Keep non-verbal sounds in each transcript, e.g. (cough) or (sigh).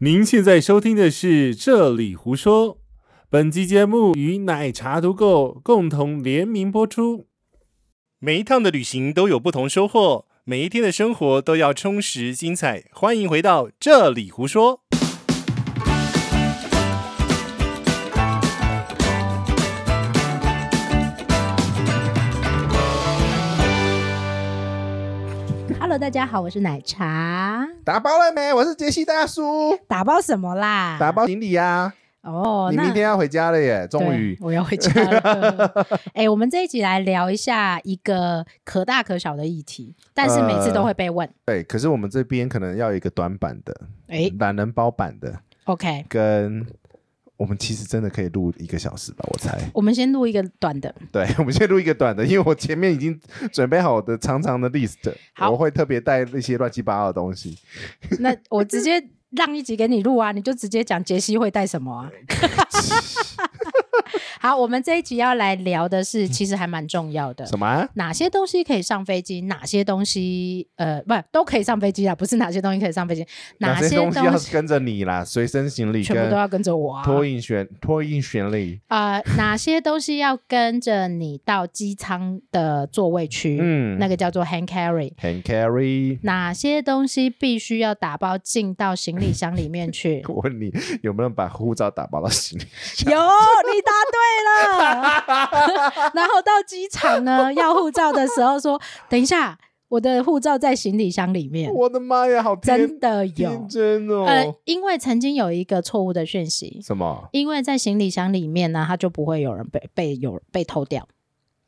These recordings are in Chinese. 您现在收听的是《这里胡说》，本期节目与奶茶独购共同联名播出。每一趟的旅行都有不同收获，每一天的生活都要充实精彩。欢迎回到《这里胡说》。 Hello，大家好，我是奶茶。打包了没？我是杰西大叔，打包什么啦？打包行李呀、啊哦，你那明天要回家了耶，终对于。我要回家 (laughs) 了。哎、我们这一集来聊一下一个可大可小的议题，但是每次都会被问。对，可是我们这边可能要有一个短版的，哎、懒人包版的， o k 跟我们其实真的可以录一个小时吧，我猜。我们先录一个短 (laughs) 的。对，我们先录一个短的，因为我前面已经准备好我的长长的 list，好我会特别带一些乱七八糟的东西。那我直接让一集给你录啊，你就直接讲杰西会带什么 (laughs) 啊。 (laughs) 好，我们这一集要来聊的是，其实还蛮重要的。什么啊？哪些东西可以上飞机？哪些东西呃，不都可以上飞机啊？不是哪些东西可以上飞机， (laughs) 哪些些东西要东跟着你啦？随身行李全部都跟要跟着我啊？托运行托运行李，呃，哪些东西要跟着你到机舱的座位区？嗯那个叫做 hand carry。 ，hand carry。哪些东西必须要打包进到行李箱里面 (laughs)？去我问你有没有人把护照打包到行李有，你答对 (laughs) 了。然后到机场呢，要护照的时候说：“等一下，我的护照在行李箱里面。我的妈呀，好”真天的天有，真哦！呃，因为曾经有一个错误的讯息，什么因为在行李箱里面呢，它就不会有人被被有被偷掉。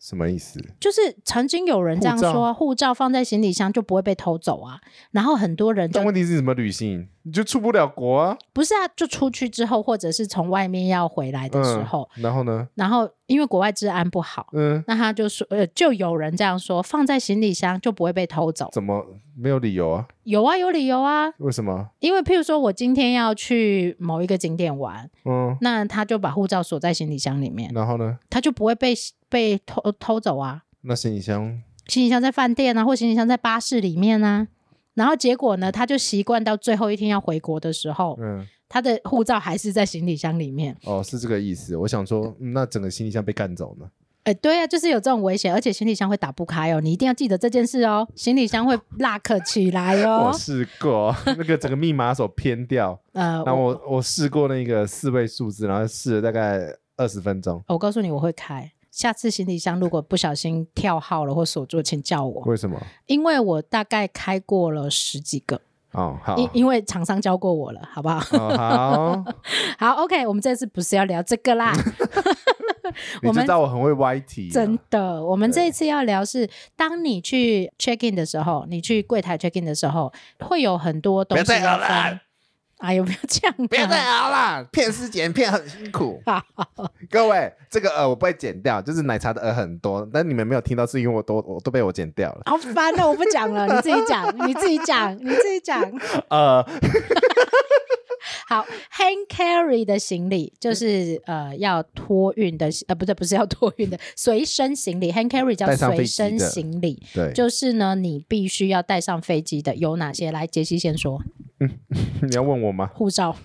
什么意思？就是曾经有人这样护说，护照放在行李箱就不会被偷走啊。然后很多人但就问题是什么旅行？你就出不了国啊。不是啊，就出去之后，或者是从外面要回来的嗯时候，然后呢？然后因为国外治安不好，嗯，那他就说，呃，就有人这样说，放在行李箱就不会被偷走。怎么没有理由啊？有啊，有理由啊，为什么？因为譬如说我今天要去某一个景点玩，嗯，那他就把护照锁在行李箱里面，然后呢？他就不会被被偷偷走啊。那行李箱行李箱在饭店啊，或行李箱在巴士里面啊。然后结果呢，他就习惯到最后一天要回国的时候，嗯，他的护照还是在行李箱里面。哦，是这个意思。我想说，嗯那整个行李箱被干走呢？哎，对啊，就是有这种危险，而且行李箱会打不开哦，你一定要记得这件事哦，行李箱会 lock 起来我哦。试过 (laughs) 那个整个密码手偏掉，呃，然后我我我试过那个四位数字，然后试了大概二十分钟。我告诉你，我会开。下次行李箱如果不小心跳号了或锁住，请叫我，为什么？因为我大概开过了十几个，哦，好，因因为厂商教过我了，好不好？哦好。好，OK，我们这次不是要聊这个 (laughs) 啦，(laughs) 你我知们道我很会歪题、啊，真的，我们对这一次要聊是，当你去 check in 的时候，你去柜台 check in 的时候，会有很多东不要西再要聊了分。哎呦，不要这样、啊，。不要再熬啦，骗尸剪片很辛苦好各位，这个呃我不会剪掉，就是奶茶的呃很多，但你们没有听到，是因为我都我都被我剪 (coughs) 掉了。好烦哦！我不讲了，你自己讲，你自己讲，你自己讲。 (laughs) 呃，好，hand carry 的行李就是呃要托运的，呃不对，不是要托运的，随身行李，hand carry 叫带上随飞机身的行李，对，就是呢你必须要带上飞机的有哪些？来，杰西先说，你要问 (laughs) 我吗？护照，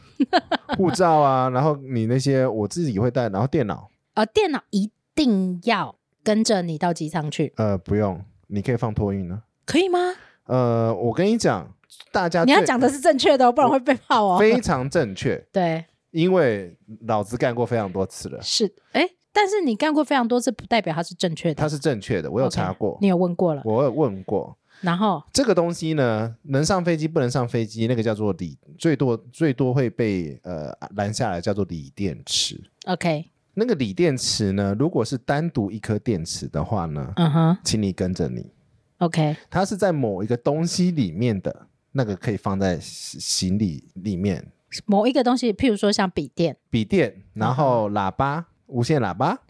护照啊，然后你那些我自己会带，然后电脑呃，电脑一定要跟着你到机舱去，呃不用，你可以放托运呢。可以吗？呃，我跟你讲，大家你要最讲的是正确的、哦，不然会被泡哦。啊非常正确， (laughs) 对，因为老子干过非常多次了，是，哎，但是你干过非常多次，不代表它是正确的。它是正确的，我有查过 OK，你有问过了，我有问过，然后这个东西呢，能上飞机不能上飞机，那个叫做锂，最多最多会被呃拦下来，叫做锂电池。 OK，那个锂电池呢，如果是单独一颗电池的话呢，嗯哼请你跟着你， ，OK，它是在某一个东西里面的那个可以放在行行李里面，某一个东西，譬如说像笔电，笔电，然后喇叭，无线喇叭，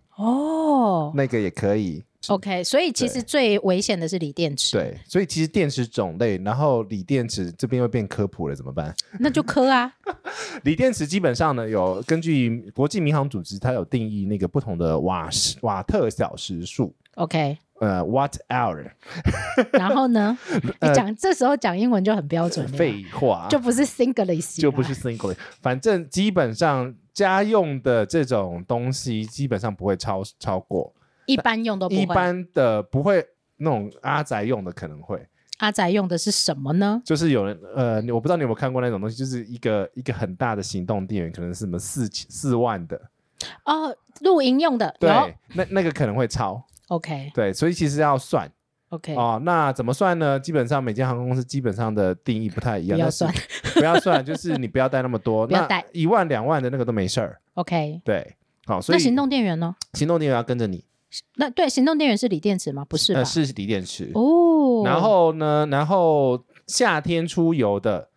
哦那个也可以。 ，OK，所以其实最危险的是锂电池，，对，所以其实电池种类，然后锂电池这边又变科普了，怎么办？那就磕啊，锂电池基本上呢，有根据国际民航组织，它有定义那个不同的瓦时瓦特小时数。 OK，呃，what hour？然后 (laughs) 呢，你讲这时候讲英文就很标准了，废话，就不是 Singlish，就不是 single，反正基本上家用的这种东西基本上不会超超过，一般用都不会。一般的不会那种阿宅用的可能会，阿宅用的是什么呢？就是有人呃，我不知道你有没有看过那种东西，就是一个一个很大的行动电源，可能是什么四四万的，哦，露营用的对有，那那个可能会超， OK 对，所以其实要算 OK，哦。那怎么算呢？基本上每间航空公司基本上的定义不太一不样，要但是算 (laughs) 不要算，就是你不要带那么 (laughs) 多，不要那带一万两万的那个都没事儿， OK。对，好，所那以行动电源呢？行动电源要跟着你，那对，行动电源是锂电池吗？不是吧？呃，是锂电池。哦。然后呢，然后夏天出游的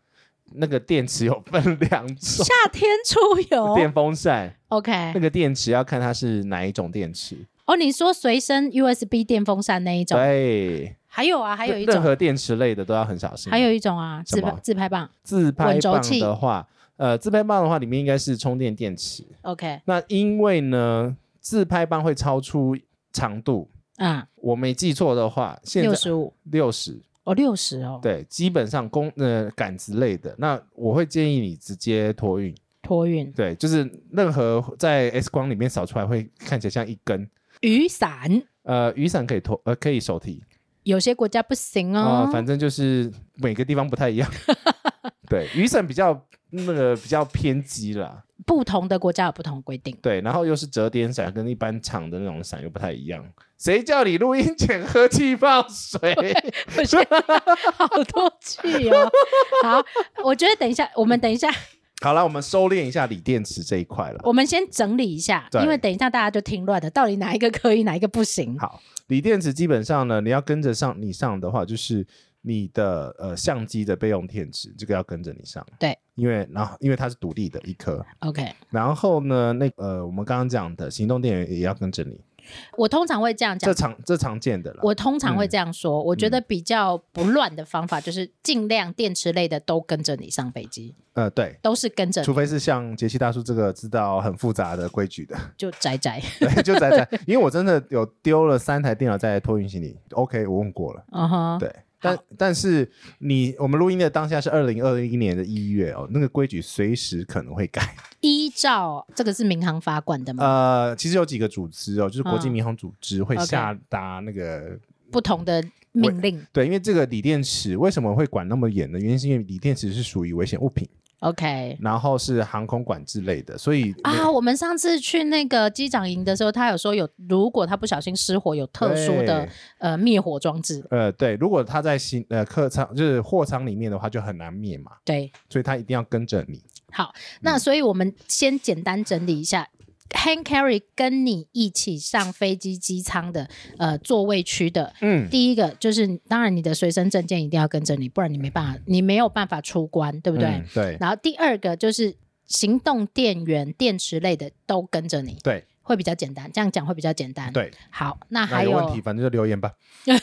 那个电池有分 (laughs) 两种，夏天出游 (laughs) 电风扇那，OK。个电池要看它是哪一种电池。哦，你说随身 USB 电风扇那一种，对，还有啊，还有一任种，何电池类的都要很小心。还有一种啊，什自拍么自拍棒自拍滚轴棒器的话，呃，自拍棒的话里面应该是充电电池。 ，OK，那因为呢，自拍棒会超出长度，嗯，我没记错的话，现在六十五，六十，哦，六十哦，对，基本上工呃杆子类的，那我会建议你直接托运。托运对，就是任何在 X 光里面扫出来会看起来像一根。雨伞，呃，雨伞可以托，呃，可以手提，有些国家不行啊，哦，反正就是每个地方不太 (laughs) 一样。对，雨伞比较那个比较偏激啦，不同的国家有不同规定。对，然后又是折叠伞，跟一般长的那种伞又不太一样。谁叫你录音前喝气泡水？ (laughs) 我现在好多气哦。 (laughs) 好，我觉得等一下，我们等一下，好了，我们收敛一下锂电池这一块了。我们先整理一下，对因为等一下大家就听乱了，到底哪一个可以，哪一个不行？好，锂电池基本上呢，你要跟着上你上的话，就是你的呃相机的备用电池，这个要跟着你上。对，因为然后因为它是独立的一颗， OK，然后呢，那呃我们刚刚讲的行动电源也要跟着你，我通常会这样这嗯讲。常这常见的啦。我通常会这样说，我觉得比较不乱的方法就是尽量电池类的都跟着你上飞机，呃对。都是跟着除你非是像杰西大叔这个知道很复杂的规矩的，就宅宅对，就在在，因为我真的有丢了三台电脑在托运行李，OK，我问过了，嗯哼，对，但但是你我们录音的当下是二零二一年的一月哦，那个规矩随时可能会改。依照这个是民航法管的嘛，呃，其实有几个组织哦，就是国际嗯民航组织会 OK 下达那个。不同的命令。对，因为这个锂电池为什么会管那么严呢？原因是因为锂电池是属于危险物品， OK 然后是航空管制类的，所以没啊，我们上次去那个机长营的时候，他有说有，如果他不小心失火，有特殊的对呃灭火装置。呃，对，如果它在新呃客舱就是货舱里面的话，就很难灭嘛，对，所以它一定要跟着你。好，嗯那所以我们先简单整理一下。Hand carry 跟你一起上飞机机舱的呃座位区的，嗯，第一个就是当然你的随身证件一定要跟着你，不然你没办法，你没有办法出关，对不对？嗯对然后第二个就是行动电源、电池类的都跟着你，对会比较简单。这样讲会比较简单。，对，好，那那还有有问题反正就留 (laughs) 言吧， (laughs)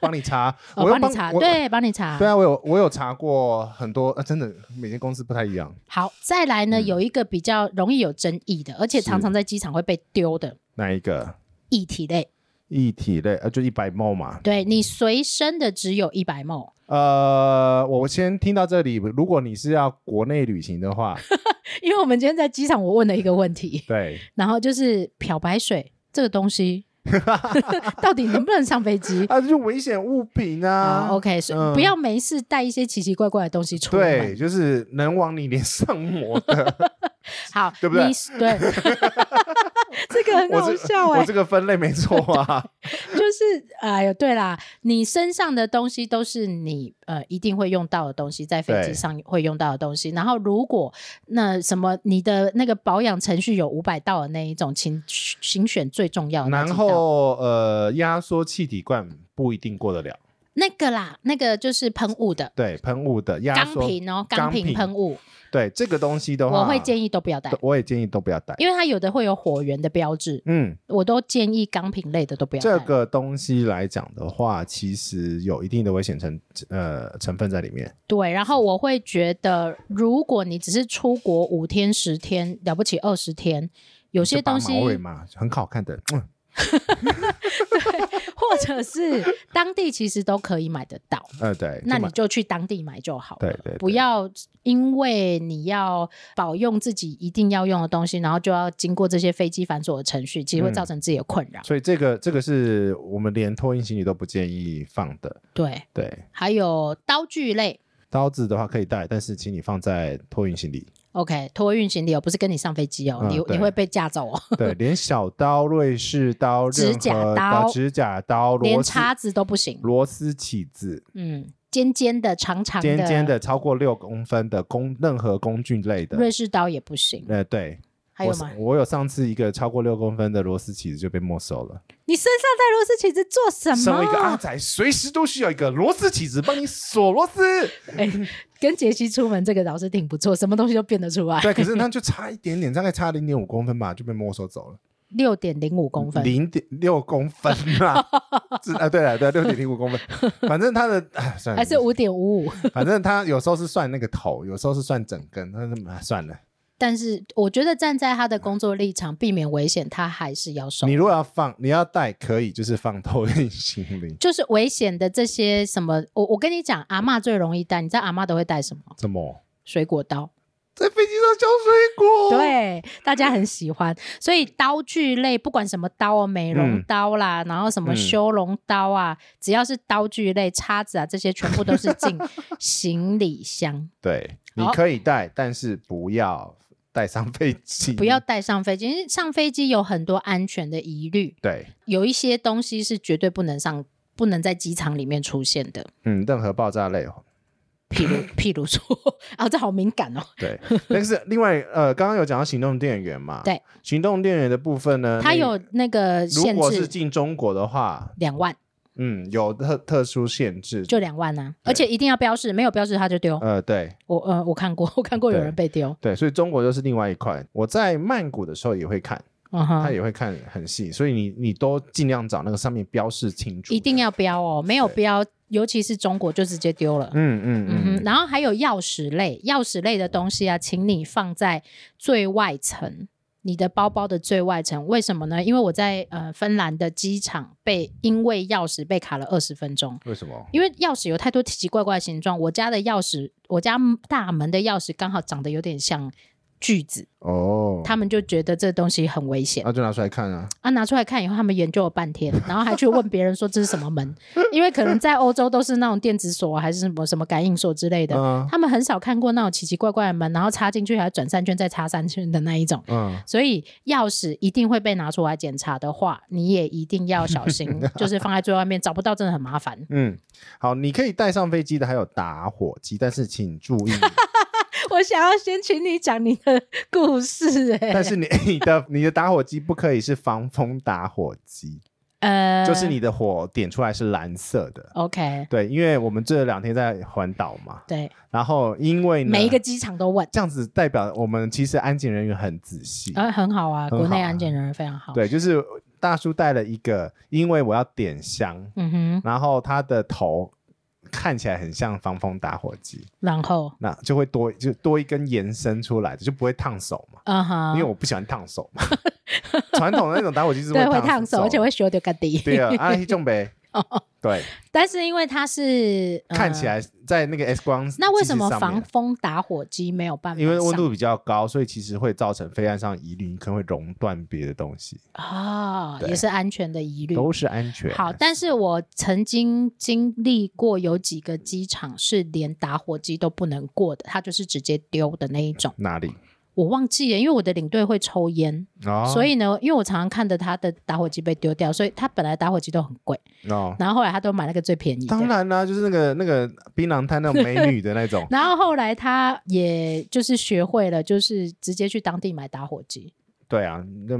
帮你查，我有哦帮你查，我对，帮你查。对啊，我有我有查过很多，呃、真的每间公司不太一样。好，再来呢，嗯有一个比较容易有争议的，而且常常在机场会被丢的哪一个议题类。一体类？呃，就一百毛嘛。对你随身的只有一百梦，呃，我先听到这里，如果你是要国内旅行的话，因为我们今天在机场，我问了一个问题， (laughs) (laughs) 对，然后就是漂白水这个东 (laughs) 西 (laughs) 到底能不能上飞机？啊，就危险物品 (laughs) 啊。啊，OK，所嗯以不要没事带一些奇奇怪怪的东西出对，门。就是能往你脸上抹 (laughs) 的。好，对不对你 (laughs) 对， (laughs) 这个很我好这笑哎、我这个分类没错 (laughs) 啊。就是哎呦，对啦，你身上的东西都是你呃一定会用到的东西，在飞对机上会用到的东西。然后如果那什么你的那个保养程序有五百道的那一种，请请选最重要的那然几道。后呃，压缩气体罐不一定过得了。那个啦，那个就是喷雾的对，喷雾的压钢缩，瓶哦，钢钢瓶瓶喷雾，对这个东西的话，我会建议，议都不要带，我也建议都不要带。因为它有的会有火源的标志。嗯，我都建议钢瓶类的都不要带。这个东西来讲的话，其实有一定的危险成呃成分在里面。对，然后我会觉得，如果你只是出国五天、十天，了不起二十天，有有些东西马尾嘛，很好看的，嗯或者 (laughs) 是当地其实都可以买得到。呃，对，那就你买就去当地买就好了，对对对不要因为你要保用自己一定要用的东西，然后就要经过这些飞机繁琐的程序，其实会嗯造成自己的困扰。所以这个这个是我们连托运行李都不建议放的。对，对，还有刀具类刀子的话可以带，但是请你放在托运行李。 ，OK，托运行李哦，不是跟你上飞机哦，嗯你对你会被架走哦， (laughs) 对，连小刀、瑞士刀、指任甲何刀指甲刀、连螺丝、叉子都不行。螺丝起子、嗯，尖尖的、长长的、尖尖的超过六公分的工，任何工具类的。瑞士刀也不行。呃，对，还有我吗？我有上次一个超过六公分的螺丝起子就被没收了。你身上带螺丝起子做什身为一个啊阿么？仔，随时都需要一个螺丝起子帮你锁螺丝。 (laughs) 跟杰西出门这个倒是挺不错，什么东西都变得出来。对，可是那就差一点点，大概差零点五公分吧，就被没收走了。六点零五公分，零点六公分啦，是啊，对了，对，六点零五 (laughs) 公分，反正它的哎算了，还是五点五五？ (laughs) 反正它有时候是算那个头，有时候是算整根，那是哎算了。但是我觉得站在他的工作立场，避免危险，他还是要收你。如果要放，你要带可以，就是放投运 (laughs) 行李，就是危险的这些什么，我我跟你讲，阿嬷最容易带，你知道阿嬷都会带什么？怎么水果刀，在飞机上削水果？，对，大家很喜欢。所以刀具类，不管什么刀哦，美容嗯刀啦，然后什么嗯修容刀啊，只要是刀具类、叉子啊，这些全部都是 (laughs) 进行李箱，对，好你可以带，但是不要带上飞机，不要带上飞机。因为上飞机有很多安全的疑虑，对，有一些东西是绝对不能上。不能在机场里面出现的，嗯，任何爆炸类，譬 (laughs) 如譬如说， (laughs) 啊，这好敏感哦，对。 (laughs) 但是另外，呃，刚刚有讲到行动电源嘛，对，行动电源的部分呢，它那有那个呃如限果是制进中国的话，两万，嗯，有特特殊限制，就两万啊，对而且一定要标示，没有标示它就丢。呃，对我呃，我看过，我看过有人被丢，对，所以中国就是另外一块。我在曼谷的时候也会看，嗯他哼，也会看很细，所以你你都尽量找那个上面标示清楚。一定要标哦，没有对标，尤其是中国就直接丢了。嗯嗯嗯嗯哼，然后还有钥匙类，钥匙类的东西啊，请你放在最外层，你的包包的最外层。为什么呢？因为我在呃芬兰的机场被因为钥匙被卡了二十分钟，为什么？因为钥匙有太多奇奇怪怪的形状。我家的钥匙，我家大门的钥匙刚好长得有点像锯子，哦，他们就觉得这东西很危险那就拿出来看啊。啊！拿出来看以后，他们研究了半天，然后还去问别人说这是什么门，因为可能在欧洲都是那种电子锁啊还是什么什么感应锁之类的，嗯他们很少看过那种奇奇怪怪的门，然后插进去还转三圈再插三圈的那一种。嗯，所以钥匙一定会被拿出来检查的话，你也一定要小 (laughs) 心，就是放在最外面，找不到真的很麻烦。 (laughs) 嗯，好，你可以带上飞机的还有打火机，但是请注 (laughs) 意， (laughs) 我想要先请你讲你的故事、欸，但是你你的你的打火机不可以是防风打火机，呃，就是你的火点出来是蓝色的。 OK，对，因为我们这两天在环岛嘛，对，然后因为呢每一个机场都问，这样子代表我们其实安检人员很仔细，呃，很好啊，很好国内安检人员非常好。，对，就是大叔带了一个，因为我要点香，嗯哼，然后他的头看起来很像防风打火机，然后，那就会多就多一根延伸出来的，就不会烫手嘛，嗯哼，因为我不喜欢烫手嘛， (laughs) 传统的那种打火机是对会烫烫手，而且会修掉个底。 (laughs) 对啊，啊，那种呗，对，哦但是因为它是、呃看起，来在那个 X 光机器上面，那为什么防风打火机没有办法上？因为温度比较高，所以其实会造成飞岸上疑虑，你可能会熔断别的东西，啊、对也是安全的疑虑。都是安全。好，但是我曾经经历过有几个机场是连打火机都不能过的，它就是直接丢的那一种。哪里？我忘记了，因为我的领队会抽烟，哦，所以呢，因为我常常看着他的打火机被丢掉，所以他本来打火机都很贵，哦，然后后来他都买那个最便宜的。当然啦、就是那个那个槟榔摊那种美女的 (laughs)，那种然后后来他也就是学会了，就是直接去当地买打火机，对啊，那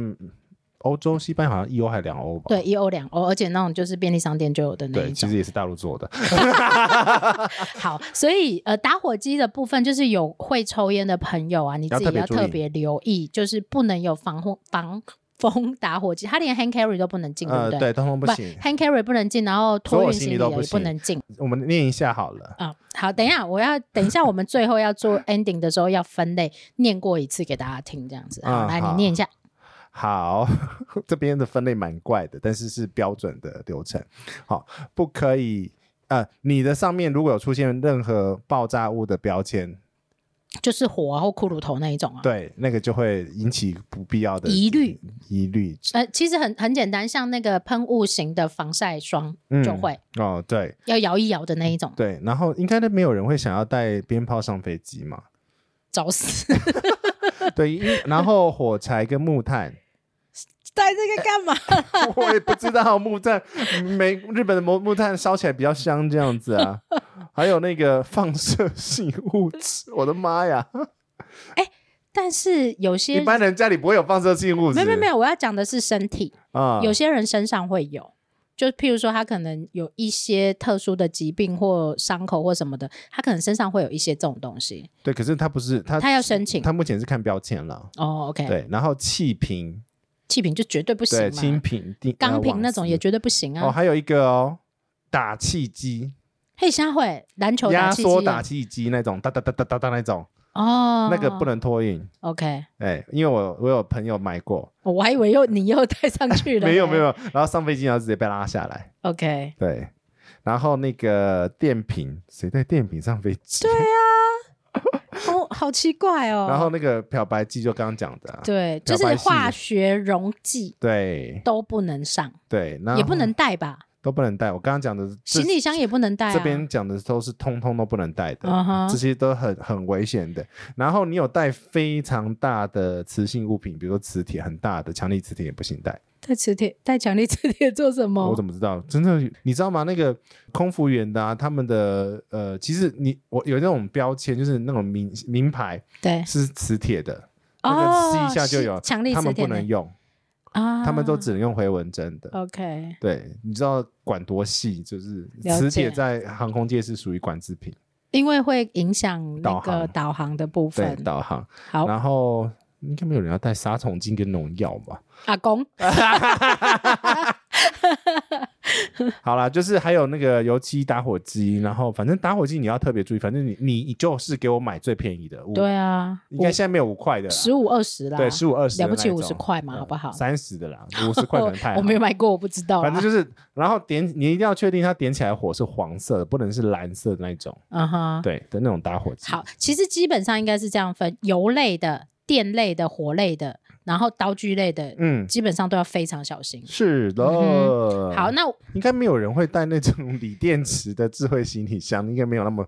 欧洲西班牙好像一欧还两欧吧？对，一欧两欧，而且那种就是便利商店就有的那对，一其种实。也是大陆做的，好，所以呃，打火机的部分就是有会抽烟的朋友啊，你自己要特别要注意特别留意，就是不能有防风防风打火机，他连 hand carry 都不能进，呃，对对，通通不不行。 hand carry 不能进，然后所托有运行行李李都也不不行能进。我们念一下好了，啊、好，等一下，我要等一下，我们最后要做 ending 的时候要分类，念过一次给大家听，这样子。好，嗯来你好念一下。好， (laughs) 这边的分类蛮怪的，但是是标准的流程。好，不可以呃，你的上面如果有出现任何爆炸物的标签，就是火啊或骷髅头那一种啊。对，那个就会引起不必要的疑虑疑虑。呃，其实很很简单，像那个喷雾型的防晒霜嗯就会、哦，对要摇一摇的那一种，对，然后应该都没有人会想要带鞭炮上飞机嘛？找死！ (laughs) 对，因然后火柴跟木炭，带这个干嘛？ (laughs) 我也不知道木炭，美日本的木木炭烧起来比较香这样 (laughs) 子啊，还有那个放射性物质，我的 (laughs) 妈呀！但是有一些般人家里不会有放射性物质，没有没有没有，我要讲的是身体，啊，有些人身上会有。就譬如说，他可能有一些特殊的疾病或伤口或什么的，他可能身上会有一些这种东西，对，可是他不是他他要申请。他目前是看标签了，哦，OK，对，然后气瓶，气瓶就绝对不行嘛对，清，瓶、定钢瓶那种也就绝对不行哦，啊。还有一个哦，打气机，嘿，下会篮球压打气机缩啊打气机那种，哒哒哒哒哒哒那种，哦，那个不能拖影。 OK，哎，因为我我有朋友买过，哦我还以为又你又带上去了， (laughs) 没有没有，然后上飞机然后直接被拉下来。 (laughs) OK，对，然后那个电瓶，谁带电瓶上飞机？对、哦，啊好奇怪哦。然后那个漂白剂就刚刚讲的啊、对，就漂白是系化学溶剂对都不能上，对，那也不能带吧，都不能带。我刚刚讲的这行李箱也不能带啊。这边讲的都是通通都不能带的。嗯这哼，些都很很危险的。然后你有带非常大的磁性物品，比如说磁铁很大的，强力磁铁也不行带。带磁铁，带强力磁铁做什么？我怎么知道？真的，你知道吗？那个空服员的、啊，他们的呃，其实你我有那种标签，就是那种名名牌对？是磁铁的，哦，那个撕一下就有是强力他磁们铁不呢能用，啊，哦他们都只能用回纹针的。 OK。对，你知道管多细，就是了磁解铁在航空界是属于管制品，因为会影响那导个航导航的部对，分。导航。好，然后应该没有人要带杀虫剂跟农药吧？阿公，好啦，就是还有那个油漆打火机，然后反正打火机你要特别注意，反正你你你就是给我买最便宜的，五对啊，应该现在没有五块的啦，十五二十啦，对，十五二十了不起50块嘛好不好嗯三十 (laughs) 的啦，五十块可能太哦我好没有买过，我不知道啦。反正就是，然后点你一定要确定它点起来火是黄色的，不能是蓝色的那种，嗯哼，对的那种打火机。好，其实基本上应该是这样分：油类的、电类的、火类的，然后刀具类的，嗯，基本上都要非常小心。是的。嗯好，那应该没有人会带那种锂电池的智慧行李箱，应该没有那么。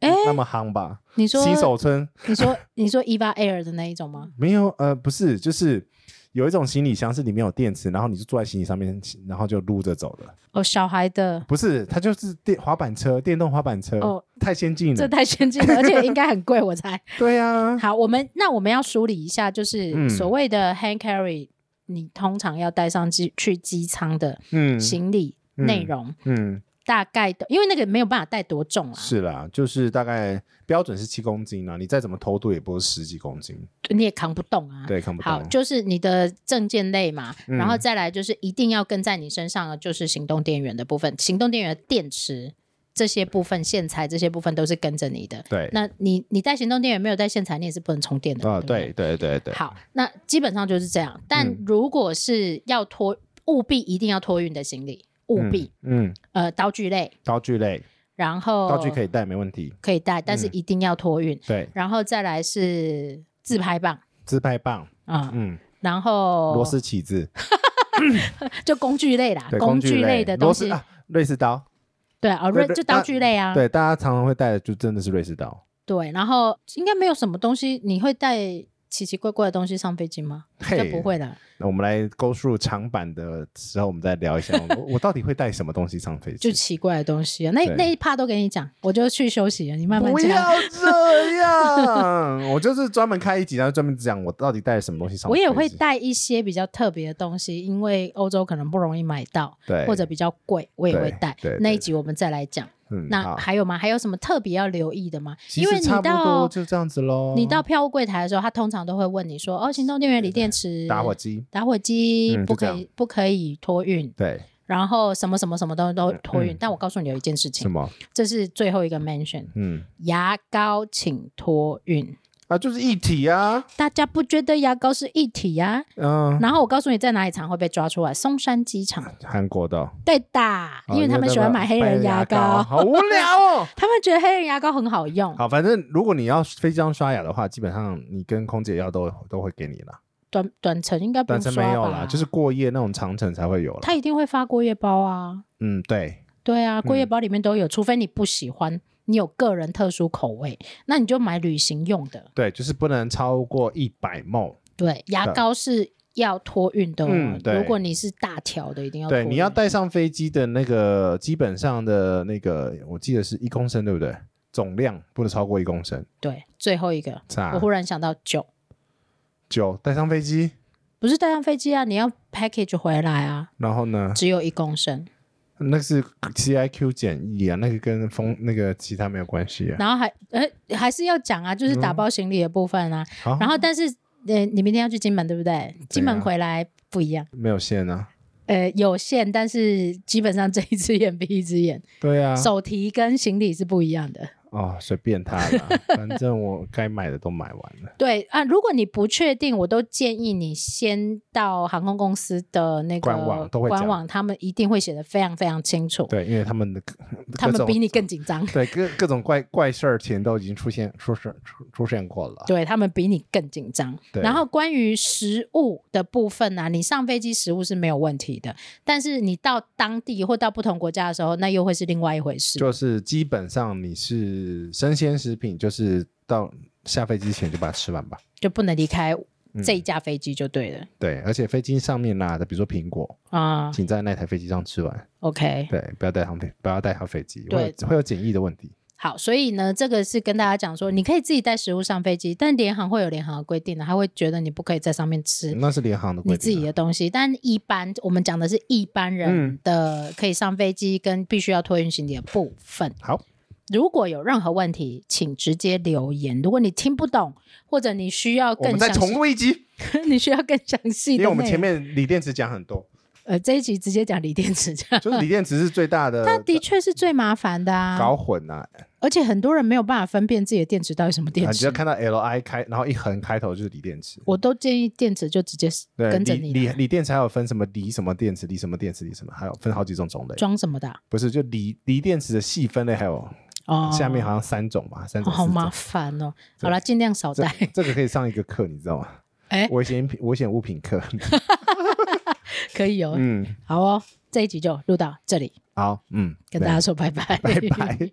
哎那么夯吧？你说，新手村你说，你说 Eva Air 的那一种吗？没有，呃，不是，就是有一种行李箱是里面有电池，然后你就坐在行李上面，然后就撸着走的。哦，小孩的，不是，它就是电滑板车，电动滑板车，哦太先进这了。太先进了，而且应该很贵，我猜。对啊呀、好，我们那我们要梳理一下，就是嗯所谓的 hand carry，、你通常要带上机去机舱的嗯行李嗯内容，嗯，大概的，因为那个没有办法带多重啊，是啦，就是大概标准是七公斤啊啦，你再怎么偷渡也不是十几公斤，你也扛不动啊。对，看不好，到。就是你的证件类嘛，嗯然后再来就是一定要跟在你身上的就是行动电源的部分，行动电源的电池这些部分、线材这些部分都是跟着你的。对，那你你带行动电源没有带线材，你也是不能充电的。啊，不对对对对对，好，那基本上就是这样。但嗯如果是要托，务必一定要托运的行李，务必、哦嗯，嗯，呃刀具类，道具类，然后道具可以以带，没问题。可以带，但是嗯一定要托运。对，然后再来是自拍棒自拍棒，啊、嗯，然后螺丝起子，就工具类啦对，，具类的东螺丝西，啊，瑞士刀，对啊，对瑞对就大刀具类啊，对，大家常常会带的就真的是瑞士刀，对，然后应该没有什么东西你会带奇奇怪怪的东西上飞机吗？应该嘿不。会啦，那我们来勾述长版的时候，我们再聊一下，我我到底会带什么东西上飞就机？奇怪的东西啊，那对那一趴都给你讲，我就去休息了，你慢慢不啊讲。要这样，我 (laughs) 就是专门开一集，然后专门讲我到底带了什么东西上我飞机。也会带一些比较特别的东西，因为欧洲可能不容易买到，对，或者比较贵，我也会带对对。那对一集我们再来讲。嗯，那好还有吗？还有什么特别要留意的吗？其因为实你差不多到就这样子喽。你到票务柜台的时候，他通常都会问你说：“哦，行动电源、锂电池、打火机，打火机嗯不就可这样以不可以托运，对，然后什么什么什么东西都托运。嗯但我告诉你有一件事什情，么？ (laughs) 这是最后一个 mention，嗯，牙膏请托运。啊，就是一体啊，大家不觉得牙膏是一体呀、嗯，然后我告诉你，在哪里常会被抓出来，松山机场。韩国的哦，对的，因为他们喜欢买黑人牙膏， (laughs) 好无聊 (laughs) 哦。他们觉得黑人牙膏很好用。好，反正如果你要飞机上刷牙的话，基本上你跟空姐要都都会给你啦，短短程应该不短用程刷没有吧啦，就是过夜那种长程才会有啦。他一定会发过夜包啊。嗯，对，对啊，过夜包里面都有，除非你不喜欢，你有个人特殊口味，那你就买旅行用的。对，就是不能超过一百 m 对，牙对膏是要托运的哦、嗯对如果你是大条的，一定要对，托你要运带上飞机的那个基本上的那个，我记得是一公升，对不对？总量不能超过一公升。对最后一个。啥我？忽然想到酒，酒带上飞机，不是带上飞机啊，你要 package 回来啊，然后呢？只有一公升，那是 C I Q 检疫啊，那个跟风那个其他没有关系啊。然后还呃还是要讲啊，就是嗯打包行李的部分啊。好，然后但是呃，你明天要去金门对不对？金门哦对啊回来不一样，没有线啊。呃有限，但是基本上睁一只眼闭一只眼。对啊，手提跟行李是不一样的。哦，随便他啦，反正我该买的都买完 (laughs) 了。对啊，如果你不确定，我都建议你先到航空公司的那个官网都会讲官网他们一定会写的非常非常清楚。对，因为他们的各他各们种比你更紧张，对各各种怪怪事儿前都已经出现出事出出现过了。对他们比你更紧张。对然后关于食物的部分呢、啊，你上飞机食物是没有问题的，但是你到当地或到不同国家的时候，那又会是另外一回事。就是基本上你是生鲜食品，就是到下飞机前就把它吃完吧。就不能离开嗯这一架飞机就对了对，而且飞机上面拿的，比如说苹果，啊。请在那台飞机上吃完。 OK，对，不要带上飞，不要带上飞机，对会有会有检疫的问题。好，所以呢，这个是跟大家讲说，你可以自己带食物上飞机，但联航会有联航的规定的，他会觉得你不可以在上面吃那是联航的你规定、啊。嗯自己的东西。但一般我们讲的是一般人的可以上飞机跟必须要托运行李的部分。好，如果有任何问题，请直接留言。如果你听不懂，或者你需要我更们再详重细， (laughs) 录一集，你需要更详细的内容，因为我们前面锂电池讲很多，呃这一集直接讲锂电池这样，就是锂电池是最 (laughs) 大的它的确是最麻烦的啊搞，混啊，而且很多人没有办法分辨自己的电池到底什么电啊，你池。只要看到 L I 开，然后一横开头就是锂电池。我都建议电池就直接对，跟着你锂啊锂来锂电池还有分什么锂什么电池，锂什么电池，锂什么，还有分好几种种类。装什么的啊不是，就锂锂电池的细分类还有哦。下面好像三种吧，三哦种好四麻种。烦哦。对好了，尽量少这带。这个可以上一个课，你知道吗？ (laughs) 哎危险品危险物品 (laughs) 课。可以哦。嗯，好哦，这一集就录到这里，好，嗯，跟大家对说拜拜，拜拜。